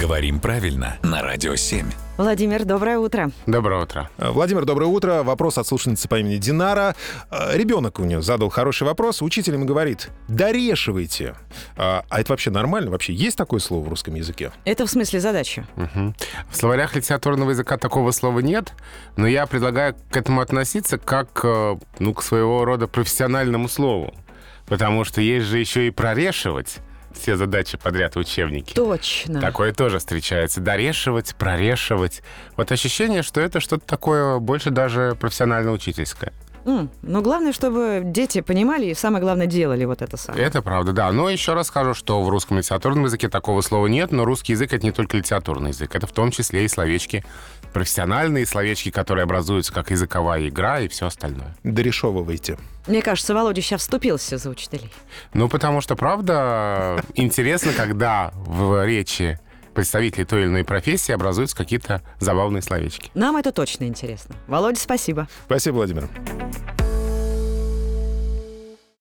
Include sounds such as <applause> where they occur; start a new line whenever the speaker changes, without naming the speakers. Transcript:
Говорим правильно на Радио 7.
Владимир, доброе утро.
Доброе утро.
Э, Владимир, доброе утро. Вопрос от слушательницы по имени Динара. Э, Ребенок у нее задал хороший вопрос. Учитель ему говорит, дорешивайте. А а это вообще нормально? Вообще есть такое слово в русском языке?
Это в смысле задача.
Мгм. В словарях литературного языка такого слова нет, но я предлагаю к этому относиться как э, ну, к своего рода профессиональному слову. Потому что есть же еще и прорешивать все задачи подряд в учебнике.
Точно.
Такое тоже встречается. Дорешивать, прорешивать. Вот ощущение, что это что-то такое больше даже профессионально-учительское.
М, Но главное, чтобы дети понимали и самое главное делали вот это самое.
Это правда, да. Но еще раз скажу, что в русском литературном языке такого слова нет, но русский язык — это не только литературный язык, это в том числе и словечки профессиональные, словечки, которые образуются как языковая игра и все остальное.
Дорешевывайте.
Мне кажется, Володя сейчас вступился за учителей.
Ну, потому что, правда, <laughs> интересно, когда в речи представителей той или иной профессии образуются какие-то забавные словечки.
Нам это точно интересно. Володя, спасибо.
Спасибо, Владимир.